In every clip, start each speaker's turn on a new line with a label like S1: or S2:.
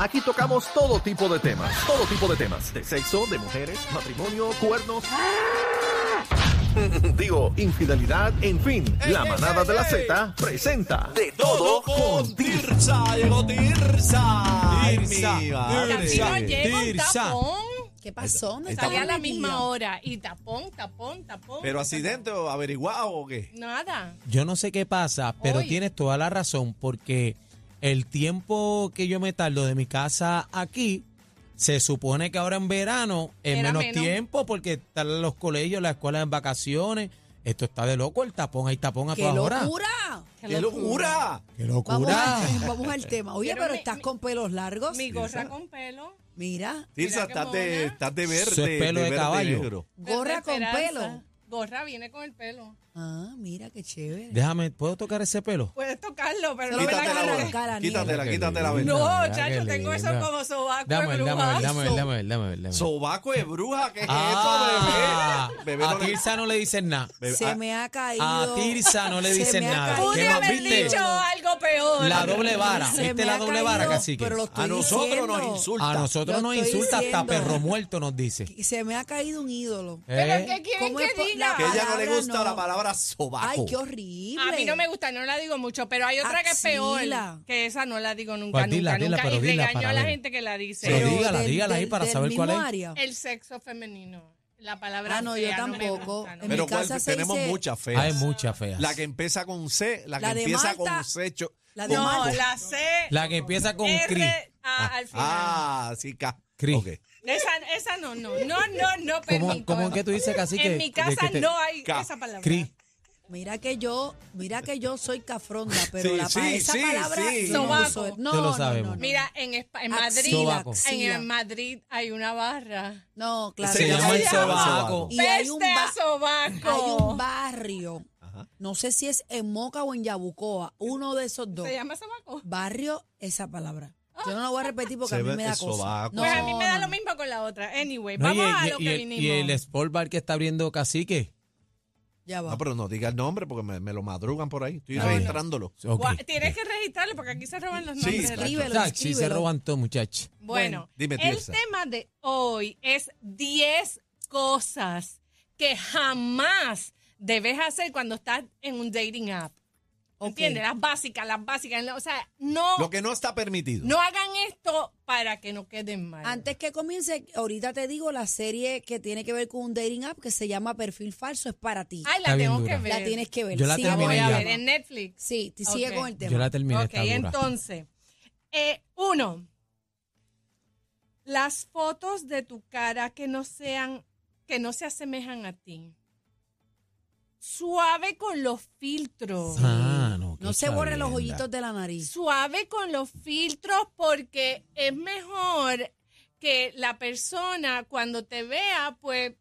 S1: Aquí tocamos todo tipo de temas, todo tipo de temas, de sexo, de mujeres, matrimonio, cuernos.
S2: ¡Ah!
S1: Digo, infidelidad, en fin, la manada de la Z presenta de todo con
S3: Tirsa, llegó Tirsa.
S4: Tirsa,
S3: Ay, mi
S4: Tirsa.
S3: madre.
S4: Sí,
S5: Camilo llega un
S4: Tirsa.
S5: tapón.
S6: ¿Qué pasó?
S4: Ah,
S6: No
S5: Salía a la
S6: estaba
S5: misma
S6: metido.
S5: hora. Y tapón, tapón, tapón.
S3: ¿Pero accidente o averiguado o qué?
S5: Nada.
S4: Yo no sé qué pasa, pero
S5: Hoy.
S4: tienes toda la razón porque el tiempo que yo me tardo de mi casa aquí se supone que ahora en verano es
S5: Era
S4: menos,
S5: menos.
S4: tiempo porque están los colegios, las escuelas en vacaciones. Esto está de loco el tapón, hay tapón a
S6: ¡Qué
S4: todas horas.
S6: locura!
S3: ¡Qué locura!
S4: ¡Qué
S6: Vamos
S4: locura!
S6: al, vamos al tema. Oye,
S5: Pero
S6: pero
S5: mi-
S6: estás
S5: mi-
S6: con pelos largos.
S5: Mi gorra con pelo.
S6: Mira,
S3: Tirsa,
S5: qué
S3: estás de,
S5: mona.
S3: estás de verde.
S4: Eso es pelo de
S3: verde
S4: caballo.
S3: negro.
S6: gorra con
S5: Esperanza.
S6: pelo.
S5: Gorra viene con el pelo.
S6: Ah, mira qué chévere.
S4: Déjame, ¿puedo tocar ese pelo?
S5: Puedes tocarlo, pero no me la
S3: Quítatela
S6: Quítate
S5: agarres.
S6: cara,
S3: ahora. Quítatela,
S4: Qué
S3: quítatela.
S4: lindo.
S3: verde.
S5: No,
S4: Mira qué
S5: chacho, tengo eso
S4: lindo.
S5: como sobaco de
S4: Dame, dame,
S5: bruja.
S4: dame, dame, dame, dame.
S3: Sobaco de bruja, ¿qué es
S4: Ah,
S3: eso, bebé? Bebé,
S4: a
S3: no le-
S4: Tirsa no le dicen nada.
S3: bebé,
S6: Se
S3: ah,
S6: me ha caído.
S4: A Tirsa no le
S6: Se
S4: dicen
S6: me ha
S4: nada.
S6: caído.
S4: ¿Qué
S5: Pude
S4: más
S5: haber
S4: viste?
S5: dicho algo peor.
S4: La doble vara.
S6: Se
S4: ¿Viste
S6: me
S4: la
S6: ha
S4: doble
S6: caído,
S4: vara, cacique?
S6: pero lo
S3: A
S6: estoy
S3: nosotros
S6: diciendo.
S3: nos insulta.
S4: A nosotros
S6: Lo
S4: nos
S6: estoy
S4: insulta hasta
S6: diciendo.
S4: perro muerto, nos dice.
S6: Y Se me ha caído un ídolo.
S5: ¿Pero
S4: ¿Eh?
S5: qué quieren
S6: ¿Cómo es
S5: que
S6: po-
S5: diga?
S6: la-
S3: Que a ella no le
S6: Palabra
S3: gusta
S6: no.
S3: la palabra sobaco.
S6: Ay, qué horrible.
S5: A mí no me gusta, no la digo mucho, pero hay otra que es peor.
S6: Axila.
S5: Que esa no la digo nunca,
S4: Pues dila,
S5: nunca,
S4: dila,
S5: nunca.
S4: pero
S5: y
S4: dila
S5: regaño
S4: para
S5: a la
S4: ver.
S5: gente que la dice.
S4: Pero dígala, dígala ahí para saber cuál es.
S5: El sexo femenino. La palabra
S6: Ah, no, yo
S5: fea me
S6: tampoco.
S5: gusta, no
S6: En
S5: me
S3: Pero
S6: mi
S3: cuál,
S6: casa se
S3: tenemos
S6: dice-
S3: muchas feas.
S4: Hay muchas feas.
S3: La que empieza con C, la que
S6: La de
S3: empieza
S6: Malta.
S3: con C. cho-
S6: La de
S3: con-
S5: No,
S6: Marco.
S5: la C.
S4: La que empieza con
S5: R,
S4: Cri.
S5: A, Ah, al final.
S3: Ah, sí, K.
S4: Cri.
S3: Ok.
S5: Esa, esa no, no, no, no, no
S4: ¿Cómo,
S5: permito.
S4: cómo que tú dices, cacique?
S5: en mi
S4: que-
S5: casa
S4: que te-
S5: no hay
S3: Ca-
S5: esa palabra.
S4: Cri.
S6: Mira que yo, mira que yo soy cafronda, pero
S3: Sí,
S6: la pa-
S3: sí,
S6: esa
S3: sí,
S6: palabra
S3: sí.
S6: yo no,
S5: Sobaco.
S6: uso.
S5: Te
S6: no,
S4: lo
S6: no, no,
S4: sabemos.
S6: no, no.
S5: Mira, en, Espa- en Madrid,
S6: Axila,
S4: Sobaco.
S6: axila.
S5: en Madrid hay una barra.
S6: No, claro.
S3: Se
S4: Se llama el
S3: llama
S4: sobaco.
S3: sobaco.
S6: Y hay un,
S5: Peste a
S6: ba-
S5: sobaco.
S6: hay un barrio,
S3: Ajá.
S6: no sé si es en Moca o en Yabucoa, uno de esos dos.
S5: ¿Se llama sobaco?
S6: Barrio, esa palabra. Yo no la voy a repetir porque
S3: Se
S6: a mí
S3: ve
S6: me da
S3: el
S6: cosa.
S3: sobaco.
S6: No,
S5: Pues a mí me da
S6: no,
S5: lo
S6: no.
S5: mismo con la otra. Anyway,
S4: No, y,
S5: vamos a
S4: y-
S5: lo
S4: y
S5: que
S4: el- y
S5: vinimos.
S4: el Sport Bar que está abriendo Cacique.
S6: Ya va.
S4: Ah,
S3: No, pero no diga el nombre porque me, me lo madrugan por ahí. Estoy
S4: No, no.
S3: registrándolo.
S4: Ok.
S5: Gua- Tienes que registrarlo porque aquí se roban los
S3: Sí,
S5: nombres. de
S3: exacto.
S5: la gente.
S6: Escríbelo,
S4: O sea, sí se
S6: escríbelo.
S4: roban todo, muchachos.
S5: Bueno,
S3: Dime,
S5: el
S3: Tirsa.
S5: tema de hoy es 10 cosas que jamás debes hacer cuando estás en un dating app.
S6: Ok.
S5: ¿Entiendes? Las básicas, las básicas. O sea, no,
S3: Lo que no está permitido.
S5: no hagan esto para que no queden mal.
S6: Antes que comience, ahorita te digo la serie que tiene que ver con un dating app que se llama Perfil Falso, es para ti.
S5: Ay,
S4: Está
S5: la
S4: bien
S5: tengo
S4: dura.
S5: que ver.
S6: La tienes que ver.
S4: Yo la
S6: Sí,
S5: La voy
S4: terminé
S5: a
S4: ya.
S5: ver en Netflix.
S6: Sí, te sigue
S5: Ok.
S6: con el tema.
S4: Yo la terminé,
S5: ok,
S4: está dura.
S5: entonces, eh, uno, las fotos de tu cara que no sean, que no se asemejan a ti. Suave con los filtros.
S4: Ah, no, qué
S6: no se borren los
S4: chavienda.
S6: hoyitos de la nariz.
S5: Suave con los filtros porque es mejor que la persona cuando te vea, pues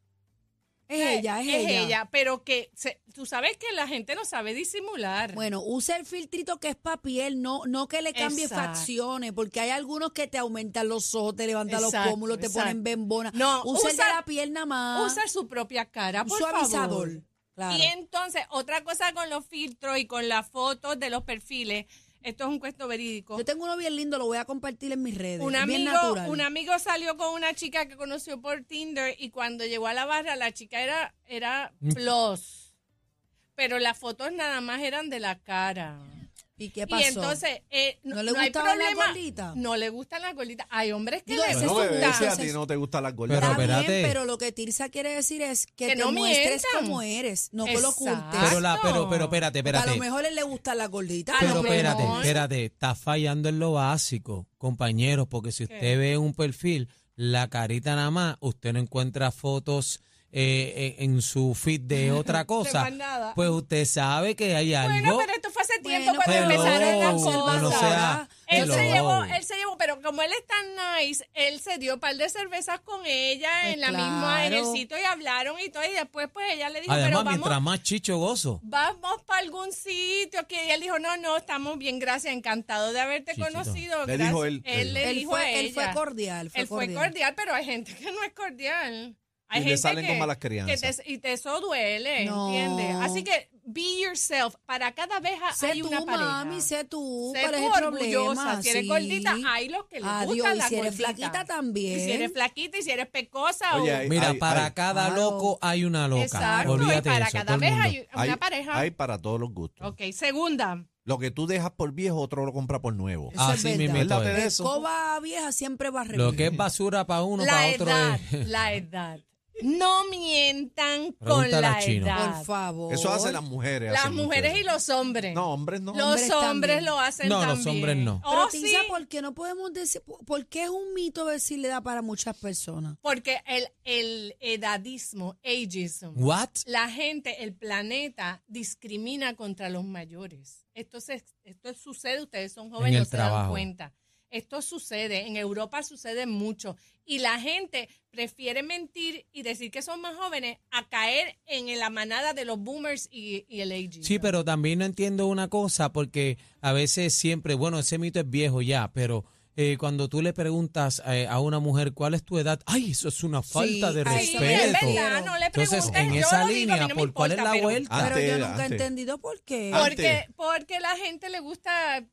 S5: eh,
S6: Es ella, es, ella.
S5: Pero que se- tú sabes que la gente no sabe disimular.
S6: Bueno, usa el filtrito que es para piel, no, no que le cambie
S5: Exacto.
S6: facciones, porque hay algunos que te aumentan los ojos, te levantan los
S5: Exacto,
S6: pómulos, te
S5: exacto.
S6: ponen bembona.
S5: No,
S6: usa, el de
S5: usa-
S6: la piel nada más.
S5: Usa su propia cara,
S6: un
S5: por
S6: suavizador.
S5: favor.
S6: Claro.
S5: Y entonces, otra cosa con los filtros y con las fotos de los perfiles. Esto es un cuento verídico.
S6: Yo tengo uno bien lindo, lo voy a compartir en mis redes.
S5: Un
S6: es bien
S5: amigo,
S6: natural.
S5: un amigo salió con una chica que conoció por Tinder y cuando llegó a la barra la chica era,
S6: Mm.
S5: era plus. Pero las fotos nada más eran de la cara.
S6: ¿Y qué pasó?
S5: Y entonces, eh,
S6: ¿No le
S5: hay
S6: gustaba la
S5: problema.
S6: gordita?
S5: No le gustan las gorditas. Hay hombres que
S6: Digo,
S5: les
S6: ese
S3: Bueno,
S6: es un
S3: bebé, si a
S6: caso,
S3: ti
S6: ese-
S3: no te gustan las
S4: Pero
S3: gordas.
S6: Está bien,
S4: espérate.
S6: pero lo que Tirsa quiere decir es que,
S5: Que
S6: te
S5: no
S6: muestres
S5: mientan.
S6: como eres, no que lo ocultes.
S4: Pero, la, pero,
S5: Exacto.
S4: pero espérate,
S6: Porque
S4: espérate.
S6: A lo mejor él le gusta la gordita.
S5: a
S4: Pero
S5: Ah, lo
S4: espérate,
S5: mejor.
S4: espérate, está fallando en lo básico, compañeros, porque si
S5: ¿Qué?
S4: usted ve un perfil, la carita nada más, usted no encuentra fotos eh, en en su feed de otra cosa,
S5: más nada.
S4: pues usted sabe que hay
S5: Bueno,
S4: algo.
S5: pero esto fue hace tiempo
S6: Bueno,
S5: cuando
S4: pero-
S5: empezaron las
S4: Hello,
S5: cosas.
S4: no sea-
S5: él se
S4: hello.
S5: llevó, él se llevó, pero como él es tan nice, él se dio un par de cervezas con ella
S6: Pues
S5: en la misma en el
S6: claro.
S5: sitio y hablaron y todo y después pues ella le dijo,
S4: Además,
S5: pero vamos
S4: mientras más chicho gozo.
S5: Vamos para algún sitio que y él dijo, no, no, estamos bien, gracias, encantado de haberte
S4: Chichito.
S5: conocido.
S3: Le
S5: gracias".
S3: dijo él, le
S5: Él le
S6: él,
S5: dijo a
S6: fue,
S5: ella.
S6: él fue cordial. Fue
S5: Él fue
S6: cordial.
S5: cordial. pero hay gente que no es cordial. Hay
S3: Y le
S5: gente
S3: salen
S5: que,
S3: con malas
S5: que te-
S3: crianzas.
S5: y te eso duele,
S6: No.
S5: ¿entiendes? Así que be yourself. Para cada abeja
S6: Sé
S5: hay
S6: tú,
S5: una pareja.
S6: mami, sé tú.
S5: Sé
S6: ¿Cuál es
S5: tú
S6: el
S5: orgullosa.
S6: problema?
S5: Si eres
S6: Sí.
S5: gordita, hay los que les
S6: Adiós,
S5: gustan
S6: y
S5: la
S6: si eres
S5: gordita.
S6: flaquita también.
S5: Y si eres flaquita, y si eres pecosa.
S3: Oye,
S5: o...
S3: Ay,
S4: Mira,
S3: ay,
S4: para
S3: ay.
S4: cada
S6: Claro.
S4: loco hay una loca.
S5: Exacto.
S4: Olvídate
S5: y para
S4: de eso, todo
S5: cada
S4: el
S5: abeja
S4: mundo.
S5: hay una
S3: Hay,
S5: pareja.
S3: hay para todos los gustos.
S5: Ok, segunda.
S3: Lo que tú dejas por viejo, otro lo compra por nuevo.
S6: Eso es
S4: Así
S6: verdad.
S4: mismito
S3: Acuérdate
S4: es.
S3: de eso.
S6: Escoba vieja siempre va a reír.
S4: Lo que es basura para uno,
S5: la
S4: para otro
S5: edad,
S4: es.
S5: la edad. No mientan con
S4: Pregúntale
S5: la
S4: a Chino.
S5: edad.
S6: Por favor.
S3: Eso hacen las mujeres.
S5: Las
S3: hacen mucho
S5: mujeres
S3: eso.
S5: y los hombres.
S3: No, hombres no.
S5: los
S6: Hombres
S5: hombres,
S6: también.
S5: lo hacen
S4: No,
S5: también.
S4: los hombres no.
S6: Pero
S5: Oh, sí,
S6: Tirsa, ¿por qué no podemos decir? por- ¿Por qué es un mito decirle da para muchas personas?
S5: porque el, el edadismo, ageism,
S4: ¿What?
S5: la gente, el planeta discrimina contra los mayores. Esto, se- esto sucede, ustedes son jóvenes,
S4: En el
S5: no se dan
S4: trabajo.
S5: cuenta. Esto sucede, en Europa sucede mucho. Y la gente prefiere mentir y decir que son más jóvenes a caer en la manada de los boomers y, y el ageism.
S4: Sí, pero también no entiendo una cosa, porque a veces siempre, bueno, ese mito es viejo ya, pero eh, cuando tú le preguntas eh, a una mujer cuál es tu edad, ay, eso es una falta de
S6: ay,
S5: Sí,
S4: respeto.
S5: es verdad, no le
S4: Entonces,
S5: preguntes,
S4: en
S5: yo
S4: esa
S5: lo digo,
S4: línea,
S5: a mí no me
S4: ¿por cuál es
S5: importa,
S4: la
S5: pero-
S4: vuelta?
S3: Ah,
S6: Pero
S3: Antes
S6: yo
S3: era,
S6: nunca he
S3: antes.
S6: entendido por qué.
S3: Ah,
S5: Porque,
S3: Antes.
S5: porque la gente le gusta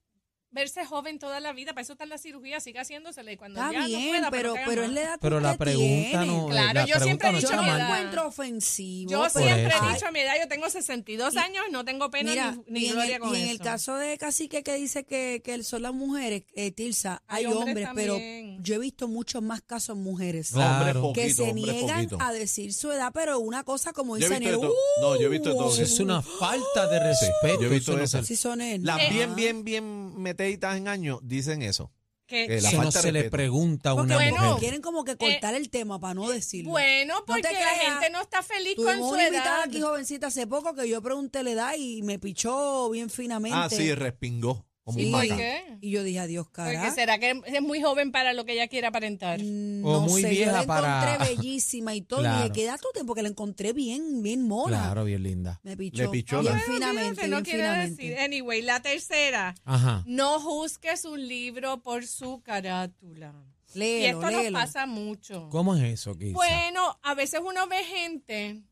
S5: verse joven toda la vida, para eso está la cirugía, sigue haciéndosele y cuando
S6: Está
S5: ya
S6: bien,
S5: no pueda,
S6: pero,
S5: que haga
S6: pero
S5: más.
S6: es la edad que
S4: Pero la
S6: usted
S4: pregunta
S6: tiene.
S4: no. eh,
S5: Claro,
S4: la
S5: yo siempre
S4: pregunta
S5: he
S4: no
S5: dicho
S4: está
S6: Yo no
S5: que
S4: mal.
S6: lo
S5: la-
S6: encuentro ofensivo. pues,
S5: Yo
S6: pero-
S5: siempre he
S4: eso.
S5: dicho, mira, yo tengo 62 años, no tengo pena
S6: Mira,
S5: ni, ni
S6: y en,
S5: gloria
S6: el,
S5: con
S6: y en
S5: eso.
S6: el caso de Cacique que dice que, que son las mujeres, eh, Tirsa, hay,
S5: Hay
S6: hombres,
S5: hombres
S6: pero
S5: también.
S6: yo he visto muchos más casos mujeres
S4: Claro.
S3: hombres
S4: que
S3: poquito,
S6: que se
S3: hombres
S6: niegan
S3: poquito.
S6: a decir su edad, pero una cosa como "Uh,
S3: Yo he
S6: dice
S3: visto de
S6: Nero,
S3: todo. No, yo he visto de todo.
S4: Eso es una falta de
S3: Sí,
S4: respeto.
S3: yo he visto
S4: eso no
S3: eso.
S4: se-
S6: si son él.
S5: Eh,
S3: Las
S6: Ah.
S3: bien, bien, bien meteditas en años dicen eso.
S5: Que-
S3: que la
S4: eso no
S3: falta de
S4: se le
S3: respeto.
S4: pregunta a
S6: Porque
S4: una
S5: bueno,
S4: mujer.
S6: quieren como
S5: eh,
S6: que cortar el tema para no decirlo.
S5: bueno, porque la
S6: creas.
S5: gente no está feliz eh, con
S6: Tuvimos
S5: su
S6: una invitada
S5: edad.
S6: aquí jovencita hace poco que yo pregunté la edad y me pichó bien finamente.
S3: Ah, sí, respingó. Como
S6: Sí.
S3: un
S5: ¿Por
S3: vaca.
S5: qué?
S6: Y yo dije, adiós,
S5: Porque
S6: cara.
S5: será que es muy joven para lo que ella quiere aparentar.
S4: O
S6: no
S4: muy
S6: sé, yo
S4: vieja
S6: la encontré
S4: para-
S6: bellísima y todo. Y
S4: Claro.
S6: dije, ¿qué edad tú tienes? Porque la encontré bien, bien mona.
S4: Claro, bien linda.
S6: Me pichó.
S3: Le pichó
S6: bien
S3: la-
S6: finamente,
S5: Fíjate, no
S6: bien
S5: quiere
S6: finamente.
S5: decir. Anyway, la tercera.
S4: Ajá.
S5: No juzgues un libro por su carátula. y
S6: Léelo,
S5: esto
S6: léelo.
S5: nos pasa mucho.
S4: ¿Cómo es eso, Kisa?
S5: Bueno, a veces uno ve gente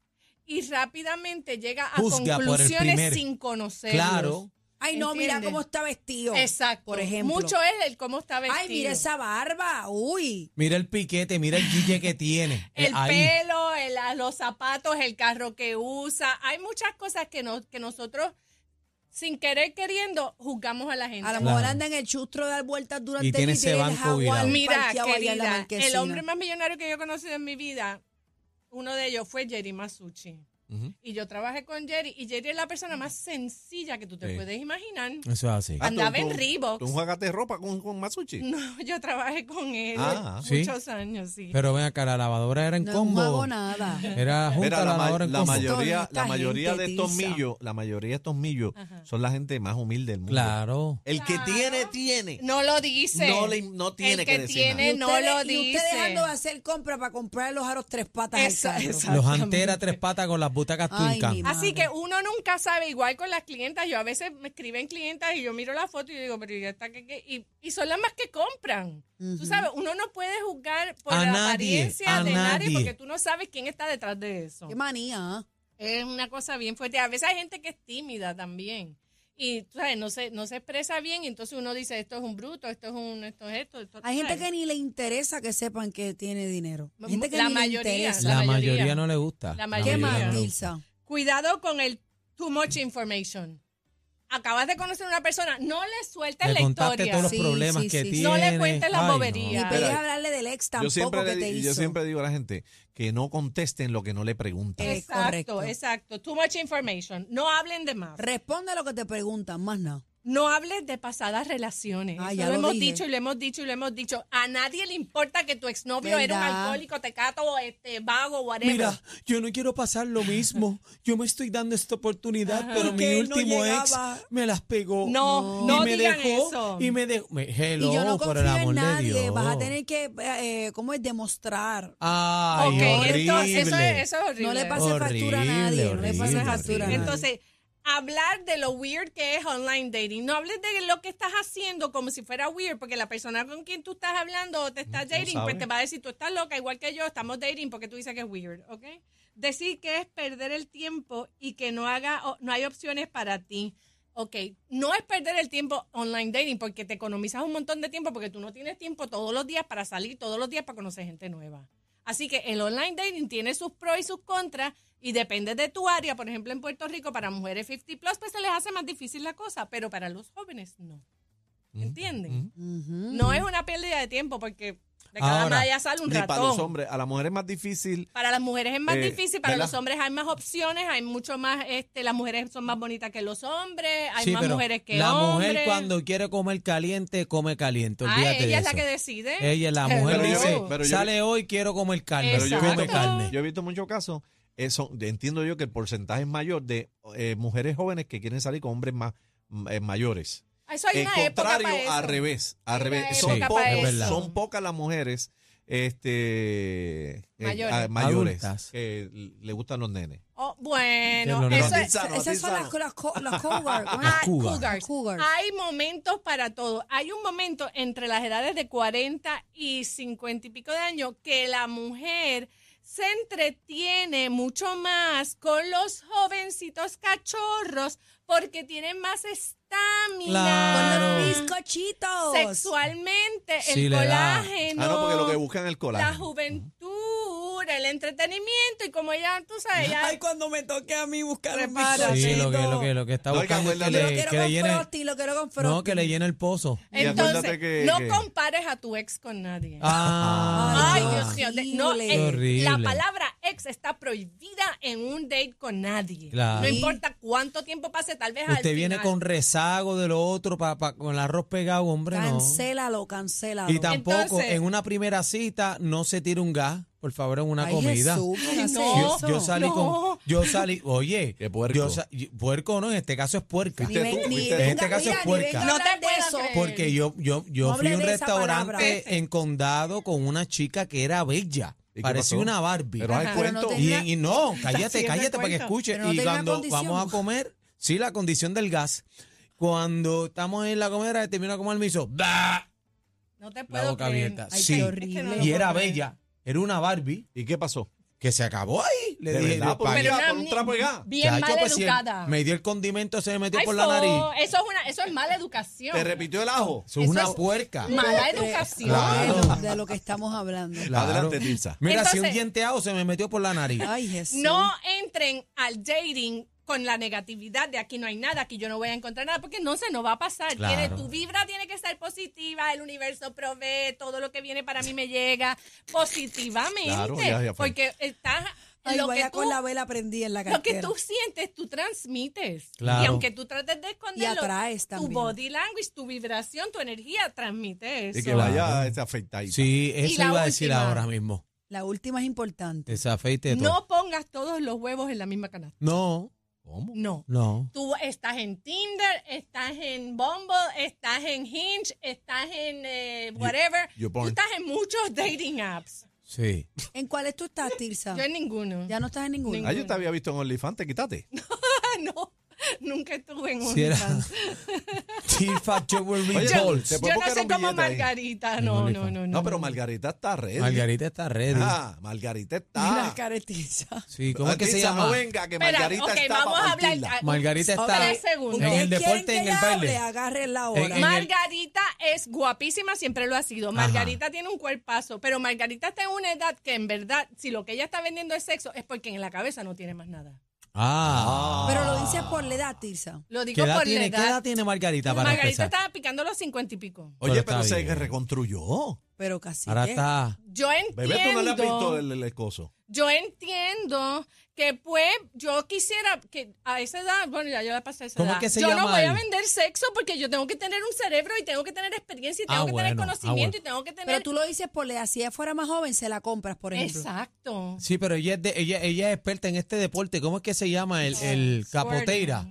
S5: y rápidamente llega a
S4: Juzga por el
S5: conclusiones
S4: primer-
S5: sin conocerlos.
S4: claro.
S6: Ay, no, mira
S5: ¿entiendes?
S6: cómo está vestido.
S5: Exacto.
S6: Por ejemplo.
S5: Mucho es el cómo está vestido.
S6: Ay, mira esa barba. Uy.
S4: Mira el piquete, mira el guille que tiene. Eh,
S5: El
S4: ahí.
S5: pelo, el- los zapatos, el carro que usa. Hay muchas cosas que, no- que nosotros, sin querer queriendo, juzgamos a la gente.
S6: A lo
S4: Claro.
S6: mejor anda en el chustro de dar vueltas durante
S4: Y tiene
S6: el
S4: ese
S6: día el
S4: banco
S6: jaguar
S4: virado.
S5: Mira,
S6: parqueado allá en la
S5: querida, el
S6: marquesina.
S5: hombre más millonario que yo he conocido en mi vida, uno de ellos fue Jerry Masucci.
S3: Ujú.
S5: Y yo trabajé con Jerry, y Jerry es la persona más sencilla que tú te
S3: Sí.
S5: puedes imaginar.
S4: Eso es así.
S3: Ah,
S5: Andaba
S3: tú-
S5: en
S3: tú-
S5: Reeboks.
S3: ¿Tú jugaste ropa con, con Masuchi?
S6: Mm.
S5: No, yo trabajé con él
S3: Ah,
S4: ¿sí?
S5: muchos años, sí.
S4: Pero ven acá, la lavadora era en
S6: No, no
S4: combo.
S6: hago nada.
S5: Eh,
S4: Era junta
S3: Mira,
S4: la,
S3: la, ma-
S4: lavadora en
S3: la
S4: combo.
S3: mayoría,
S6: Esta
S3: la mayoría
S6: gente
S3: de estos
S6: tiza.
S3: millos, la mayoría de estos millos
S5: Ajá.
S3: son la gente más humilde del mundo.
S4: Claro.
S3: El que
S5: Claro.
S3: tiene, tiene.
S5: no lo dice.
S3: No le- no tiene
S5: el
S3: que
S5: que,
S3: decir
S5: tiene
S6: Y
S5: no
S6: usted-
S5: lo
S6: Y
S5: dice.
S6: usted dejando de hacer compra para comprar los aros tres patas
S5: Eso,
S6: al carro.
S5: eso.
S4: Los anteras tres patas con las butacas
S6: Ay,
S4: tuncan.
S6: mi madre.
S5: Así que uno nunca sabe, igual con las clientas. Yo a veces me escriben clientas y yo miro la foto y yo digo, pero ya está que. Y, y son las más que compran. Tú sabes, uno no puede juzgar por
S4: A
S5: la
S4: nadie,
S5: apariencia
S4: a
S5: de nadie.
S4: nadie.
S5: porque tú no sabes quién está detrás de eso.
S6: Qué manía. ¿eh?
S5: Es una cosa bien fuerte. A veces hay gente que es tímida también. Y tú sabes, no se, no se expresa bien, y entonces uno dice, esto es un bruto, esto es un, esto es esto. esto
S6: Hay gente
S5: ¿sabes?
S6: que ni le interesa que sepan que tiene dinero. Hay gente que
S5: La
S6: ni le
S5: mayoría.
S6: interesa.
S4: La,
S5: la
S4: mayoría,
S5: mayoría.
S4: no le gusta.
S5: La
S4: La
S5: mayoría
S6: ¿Qué
S4: mayoría
S5: no
S6: más,
S4: le gusta.
S6: Tilsa?
S5: Cuidado con el too much information. acabas de conocer a una persona, no le sueltes
S4: Le
S5: la
S4: contaste
S5: historia.
S4: todos los
S6: Sí,
S4: problemas
S6: sí,
S4: que
S6: sí, sí.
S4: tiene.
S5: No le cuentes las boberías.
S6: Ni
S5: Ay,
S6: pegues
S3: pero-
S6: a hablarle del ex
S3: yo
S6: tampoco
S3: siempre,
S6: que
S3: le-
S6: te hizo.
S3: yo siempre digo a la gente que no contesten lo que no le preguntan.
S6: Eh,
S5: Exacto,
S6: correcto.
S5: exacto. Too much information. No hablen de más.
S6: Responde a lo que te preguntan, más nada.
S5: No hables de pasadas relaciones.
S6: Ah,
S5: Eso
S6: ya
S5: lo,
S6: lo
S5: hemos
S6: dije.
S5: dicho y lo hemos dicho y lo hemos dicho. A nadie le importa que tu exnovio era un
S6: ¿Verdad?
S5: alcohólico, tecato, o este, vago, whatever.
S4: Mira, yo no quiero pasar lo mismo. Yo me estoy dando esta oportunidad, pero mi
S6: Porque él no
S4: último ex
S6: llegaba.
S4: me las pegó.
S5: No,
S4: y
S5: no
S4: me
S5: digan
S4: dejó,
S5: eso.
S4: Y me dejó. me- Hello,
S6: y yo no
S4: por
S6: confío
S4: el amor
S6: en
S4: de
S6: nadie.
S4: Dios.
S6: Vas a tener que, eh, ¿cómo es? Demostrar.
S4: Ay,
S5: Ok,
S4: horrible.
S5: entonces, eso, es, eso es horrible.
S6: No le pases factura a nadie. No le
S4: Horrible,
S6: pases
S4: horrible,
S6: factura a nadie.
S5: Entonces, hablar de lo weird que es online dating. No hables de lo que estás haciendo como si fuera weird, porque la persona con quien tú estás hablando o te está
S3: No
S5: dating,
S3: sabe.
S5: pues te va a decir, tú estás loca, igual que yo, estamos dating porque tú dices que es weird, ¿ok? Decir que es perder el tiempo y que no, haga, o- no hay opciones para ti. Ok, no es perder el tiempo online dating porque te economizas un montón de tiempo porque tú no tienes tiempo todos los días para salir, todos los días para conocer gente nueva. Así que el online dating tiene sus pros y sus contras y depende de tu área. Por ejemplo, en Puerto Rico, para mujeres 50 plus, pues se les hace más difícil la cosa, pero para los jóvenes no.
S4: Mm,
S5: ¿Entienden?
S6: Ujú.
S5: No es una pérdida de tiempo porque de cada
S4: Ahora,
S5: malla sale un
S3: Ni para los
S5: ratón.
S3: hombres. A la mujer es más difícil.
S5: Para las mujeres es más
S3: Eh,
S5: difícil, para
S3: ¿verdad?
S5: los hombres hay más opciones, hay mucho más, este, las mujeres son más bonitas que los hombres, hay
S4: Sí,
S5: más
S4: pero
S5: mujeres que
S4: la
S5: hombres.
S4: mujer cuando quiere comer caliente, come caliente.
S5: Ah,
S4: Olvídate de
S5: ella es la
S4: eso.
S5: que decide.
S4: Ella, la mujer
S3: Pero yo-
S4: dice,
S3: pero yo-
S4: sale hoy, quiero comer carne.
S3: Pero yo he,
S4: come
S5: Exacto.
S3: visto,
S4: carne.
S3: yo he visto muchos casos. Eso, entiendo yo que el porcentaje es mayor de eh, mujeres jóvenes que quieren salir con hombres más eh, mayores.
S5: Eso hay
S3: el
S5: una época
S3: contrario,
S5: para eso.
S3: al revés, al
S5: Hay una
S3: revés. Son,
S4: época
S3: pocos-
S4: para eso.
S3: son pocas las mujeres este eh,
S5: Mayores.
S3: ah, mayores
S4: Adultas.
S3: que le gustan los nenes.
S5: Oh, bueno,
S4: Que no,
S5: eso
S4: no.
S5: es,
S3: Sano,
S6: Esas son las,
S3: sano.
S6: las, co- las cougar, ¿cómo es?
S5: Ah,
S4: Cougar.
S5: cougars.
S6: Cougar.
S5: Hay momentos para todo. Hay un momento entre las edades de 40 y 50 y pico de años que la mujer se entretiene mucho más con los jovencitos cachorros porque tienen más
S6: Con
S4: Claro.
S5: estamina.
S6: los bizcochitos.
S5: Sexualmente,
S4: Sí,
S5: el
S4: le da.
S5: colágeno.
S3: Ah, no, porque lo que buscan es el
S5: la
S3: colágeno.
S5: juventud, el entretenimiento y como ella, tú sabes, ella
S6: Ay, cuando me toque a mí buscar un
S5: Prepárate.
S4: Sí,
S6: bizcochito.
S4: lo que, lo que, lo que está
S3: No, y que
S4: buscando es que,
S3: acuérdate-
S6: Lo
S4: le,
S6: quiero
S4: que le
S6: con
S4: llene,
S6: Frosty, lo quiero con Frosty.
S4: no, que le llene el pozo.
S3: Y
S5: Entonces,
S3: acuérdate que-
S5: no
S3: que-
S5: compares a tu ex con nadie.
S4: Ah,
S5: Ay,
S6: Ay,
S5: Dios mío. de- No,
S6: horrible.
S5: eh,
S4: Horrible.
S5: La palabra ex está prohibida en un date con nadie.
S4: Claro.
S5: No importa cuánto tiempo pase, tal vez al
S4: usted viene
S5: final.
S4: con rezago de lo otro pa, pa- con el arroz pegado, hombre, no.
S6: Cancélalo, cancélalo.
S4: Y tampoco
S5: Entonces-
S4: en una primera cita no se tire un gas, por favor, en una
S6: Ay,
S4: comida.
S6: Jesús, ¿cómo
S5: Ay,
S6: hace
S5: no.
S4: Yo,
S6: eso?
S4: yo salí
S5: No.
S4: con yo salí, oye,
S3: Qué puerco.
S4: yo sa- yo- puerco no, en este caso es puerca.
S6: Ni ven-
S3: tú,
S6: ni
S3: viste tú.
S6: venga-
S4: En este caso
S6: mira,
S4: es
S6: ni
S4: puerca.
S6: venga a
S5: No te
S6: hablar de
S5: puedo
S6: eso.
S5: creer.
S4: Porque yo, yo, yo
S6: No
S4: fui a un
S6: hable de esa palabra.
S4: restaurante en condado con una chica que era bella.
S3: ¿Y qué
S4: Parecía
S3: pasó?
S4: una Barbie.
S3: Pero hay
S5: Ajá.
S6: Pero no
S3: cuentos.
S6: te-
S4: y, y no, cállate,
S5: haciendo el
S4: cállate para que
S5: cuento.
S4: escuche.
S6: Pero no
S4: y
S6: tenía
S4: cuando
S6: condición.
S4: vamos a comer, sí, la condición del gas. Cuando estamos en la comedera, termina de comer, me hizo ¡bah!
S5: No te puedo
S4: la boca
S5: creer.
S4: abierta.
S6: Ay,
S4: sí.
S6: qué horrible.
S5: no lo
S4: Y era
S5: puedo creer.
S4: bella. Era una Barbie
S3: ¿Y qué pasó?
S4: que se acabó ahí. Le
S3: ¿De
S4: dije,
S3: verdad?
S4: yo,
S3: ¿Por
S4: "Papi,
S3: qué?
S5: Pero
S3: Ya,
S5: una
S3: con un trapo de gas.
S5: Bien
S4: chacho,
S5: mal
S4: pues, si él
S5: educada.
S4: me dio el condimento, se me metió
S5: Ay,
S4: por la
S5: fo,
S4: nariz.
S5: Eso es, una, eso es mala educación.
S3: ¿Te repitió el ajo?
S4: Eso es
S5: eso
S4: una
S5: es-
S4: puerca.
S5: Mala
S6: Tres
S5: educación.
S4: Claro.
S6: cuadros De lo que estamos hablando.
S4: Claro.
S3: Adelante, Tirsa.
S4: Mira, si un
S5: Entonces-
S4: dienteado se me metió por la nariz.
S6: Ay, Jesús.
S5: No entren al dating con la negatividad de aquí no hay nada, aquí yo no voy a encontrar nada, porque no se nos va a pasar.
S4: Claro.
S5: Tiene- tu vibra tiene que estar positiva, el universo provee, todo lo que viene para mí me llega positivamente.
S3: Claro, ya- ya fue.
S5: porque estás
S6: Ay,
S5: lo, que
S6: vaya
S5: tú,
S6: con la vela prendida en la
S5: lo que
S6: cartera.
S5: tú sientes, tú transmites.
S4: Claro.
S5: Y aunque tú trates de esconderlo,
S6: atraes
S5: tu
S6: también.
S5: body language, tu vibración, tu energía transmite eso.
S3: Y que vaya ese afeitadito.
S4: Sí, eso
S5: la
S4: iba a decir
S5: última.
S4: ahora mismo.
S6: La última es importante.
S4: Desafeite todo.
S5: no pongas todos los huevos en la misma canasta.
S4: No,
S3: ¿Cómo?
S5: No.
S4: no.
S5: Tú estás en Tinder, estás en Bumble, estás en Hinge, estás en eh, whatever.
S3: YouPorn.
S5: Tú estás en muchos dating apps.
S4: Sí.
S6: ¿En cuáles tú estás, Tirsa?
S5: Yo en ninguno.
S6: Ya no estás en ninguna.
S3: Ah, yo te había visto en OnlyFans, te quítate.
S5: Ah, no, nunca estuve en un
S4: Si era. Tifa Jewelry
S3: Oye,
S4: Balls.
S3: te-
S5: Yo no
S3: buscar
S5: soy
S3: un
S5: como
S3: billete ahí.
S5: Margarita.
S4: En
S5: No, no,
S4: OnlyFans.
S5: no, no.
S3: No, pero
S5: no.
S3: Margarita está ready.
S4: Margarita está ready.
S3: Ah, Margarita
S6: La
S3: está.
S6: cara de Tirsa.
S4: Sí, ¿cómo es que se
S3: Tirsa,
S4: llama?
S3: No venga, que
S5: Espera,
S3: Margarita
S5: ok,
S3: está
S5: vamos
S3: pa'
S5: a hablar.
S3: partirla.
S4: Margarita está
S5: Tres segundos.
S4: en el
S6: ¿Ustedes quieren
S4: deporte,
S6: que
S4: en el
S6: ella hable?
S4: baile.
S6: Agarren la
S4: En-
S6: hora.
S4: en-
S5: Margarita es guapísima, siempre lo ha sido. Margarita tiene un cuerpazo, pero Margarita está en una edad que en verdad, si lo que ella está vendiendo es sexo, es porque en la cabeza no tiene más nada.
S4: Ah.
S6: Pero lo dices por la edad, Tirsa.
S5: Lo
S4: ¿Qué
S5: digo
S4: edad,
S5: por la
S4: tiene, ¿Qué edad
S5: edad.
S4: tiene Margarita para
S5: Margarita
S4: empezar?
S5: estaba picando los cincuenta y pico.
S3: Oye,
S4: Pero
S3: pero,
S4: está
S3: se
S4: bien.
S3: reconstruyó.
S6: Pero casi.
S4: Ahora
S6: que-
S4: está.
S5: Yo entiendo.
S3: Bebé, tú no le has visto el, el escozo.
S5: Yo entiendo que pues yo quisiera que a esa edad, bueno, ya yo la pasé a esa
S4: ¿Cómo es
S5: edad.
S4: que se
S5: yo no
S4: llama
S5: voy
S4: el-
S5: a vender sexo porque yo tengo que tener un cerebro y tengo que tener experiencia y
S4: Ah,
S5: tengo que tener
S4: bueno, ah,
S5: conocimiento
S4: bueno.
S5: y tengo que tener
S6: Pero tú lo dices por la edad. Si ella fuera más joven, se la compras, por ejemplo.
S5: Exacto.
S4: Sí, pero ella es, de- ella, ella es experta en este deporte. ¿Cómo es que se llama? El, el capoteira.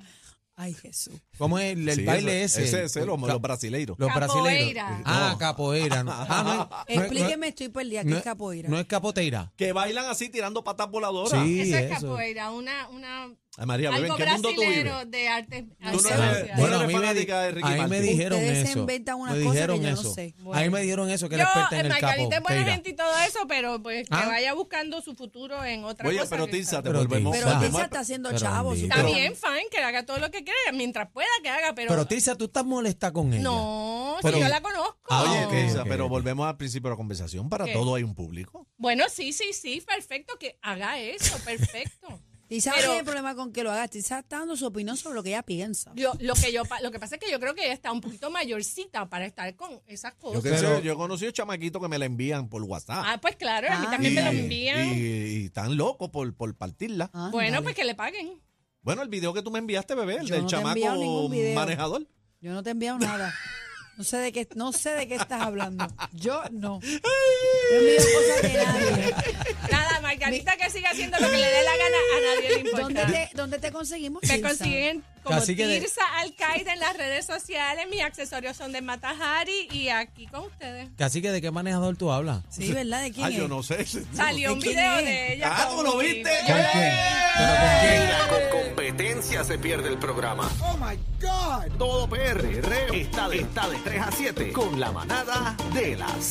S6: Ay, Jesús.
S4: ¿Cómo es el, el
S3: Sí,
S4: baile
S3: ese-
S4: ese?
S3: Ese es el
S4: Ca-
S3: los brasileiros.
S4: Los brasileños.
S5: Capoeira.
S4: Ah, capoeira. no. Ah, no es- no es- no es-
S6: Explíqueme, estoy perdida. ¿Qué
S4: no
S6: es capoeira?
S4: No es capoteira.
S3: Que bailan así tirando patas voladoras.
S4: Sí.
S5: Eso es
S4: eso.
S5: capoeira, una, una
S3: Ay, María, bebé, ¿en
S5: algo
S3: qué mundo tú vives?
S5: brasilero de artes
S3: no
S5: artes
S3: eres-
S5: marciales.
S3: tú no eres
S4: a mí me di-
S3: fanática de Ricky
S4: a mí me
S3: Martin.
S4: dijeron
S6: Ustedes se
S4: eso.
S6: inventan una
S4: me
S6: cosa que
S4: dijeron
S6: yo no
S4: eso.
S6: sé.
S4: A mí
S5: Bueno.
S4: me dijeron eso, que
S5: Yo,
S4: era experta en
S5: eh,
S4: el
S5: Margarita es buena
S4: capoteira.
S5: gente y todo eso, pero pues que
S4: Ah.
S5: vaya buscando su futuro en otra
S3: Oye,
S5: cosa.
S3: pero
S5: que-
S3: Tirsa, te
S4: Pero
S3: volvemos
S4: Tirsa.
S6: Pero
S4: Exacto.
S6: Tirsa está haciendo
S4: Pero
S6: chavos.
S4: bendito.
S5: Está bien, fine, que haga todo lo que quiera, mientras pueda que haga, pero,
S4: Pero Tirsa, tú estás molesta con ella.
S5: no,
S4: Pero-
S5: si yo la conozco.
S4: Ah,
S3: Oye,
S4: Ok,
S3: Tirsa,
S4: ok,
S3: pero
S4: ok.
S3: volvemos al principio de la conversación. Para
S5: ¿Qué?
S3: todo hay un público.
S5: Bueno, sí, sí, sí, perfecto, que haga eso, perfecto.
S6: Tirsa no
S5: Pero-
S6: tiene problema con que lo hagas. Tirsa está dando su opinión sobre lo que ella piensa.
S5: Yo- lo, que yo, pa- lo que pasa es que yo creo que ella está un poquito mayorcita para estar con esas
S3: Yo,
S5: cosas.
S3: qué
S4: Pero-
S3: sé, yo he conocido chamaquitos que me la envían por WhatsApp.
S5: Ah, pues claro, a mí
S6: Ah,
S5: también me lo
S3: Y-
S5: envían.
S3: Y, y tan loco por, por partirla.
S6: Ah,
S5: bueno,
S6: dale.
S5: pues que le paguen.
S3: Bueno, el video que tú me enviaste, bebé, el
S6: Yo
S3: del
S6: no te he enviado
S3: chamaco
S6: ningún video.
S3: manejador. Ah,
S6: Yo no te he enviado nada. No sé de qué, no sé de qué estás hablando. Yo no. Yo envío cosas de nadie.
S5: Nada, Margarita que siga haciendo lo que le dé la gana, a nadie le importa.
S6: ¿Dónde te, dónde te conseguimos?
S5: Me
S6: Tirsa?
S5: consiguen como
S4: Cacique de-
S5: Tirsa Alcaide en las redes sociales. Mis accesorios son de Matahari y aquí con ustedes.
S4: Así que, ¿de qué manejador tú hablas?
S6: Sí, ¿verdad? ¿De quién
S3: Ah,
S6: es?
S3: yo no sé.
S5: Salió un
S6: ¿quién
S5: video
S6: es?
S5: de ella.
S3: Ah,
S5: con
S3: tú lo
S5: mi-
S3: viste.
S4: ¿Con quién? ¿Pero con quién?
S2: Con competencia se pierde el programa. Oh my God. Todo PR está de, está de 3 a 7 con la manada de las.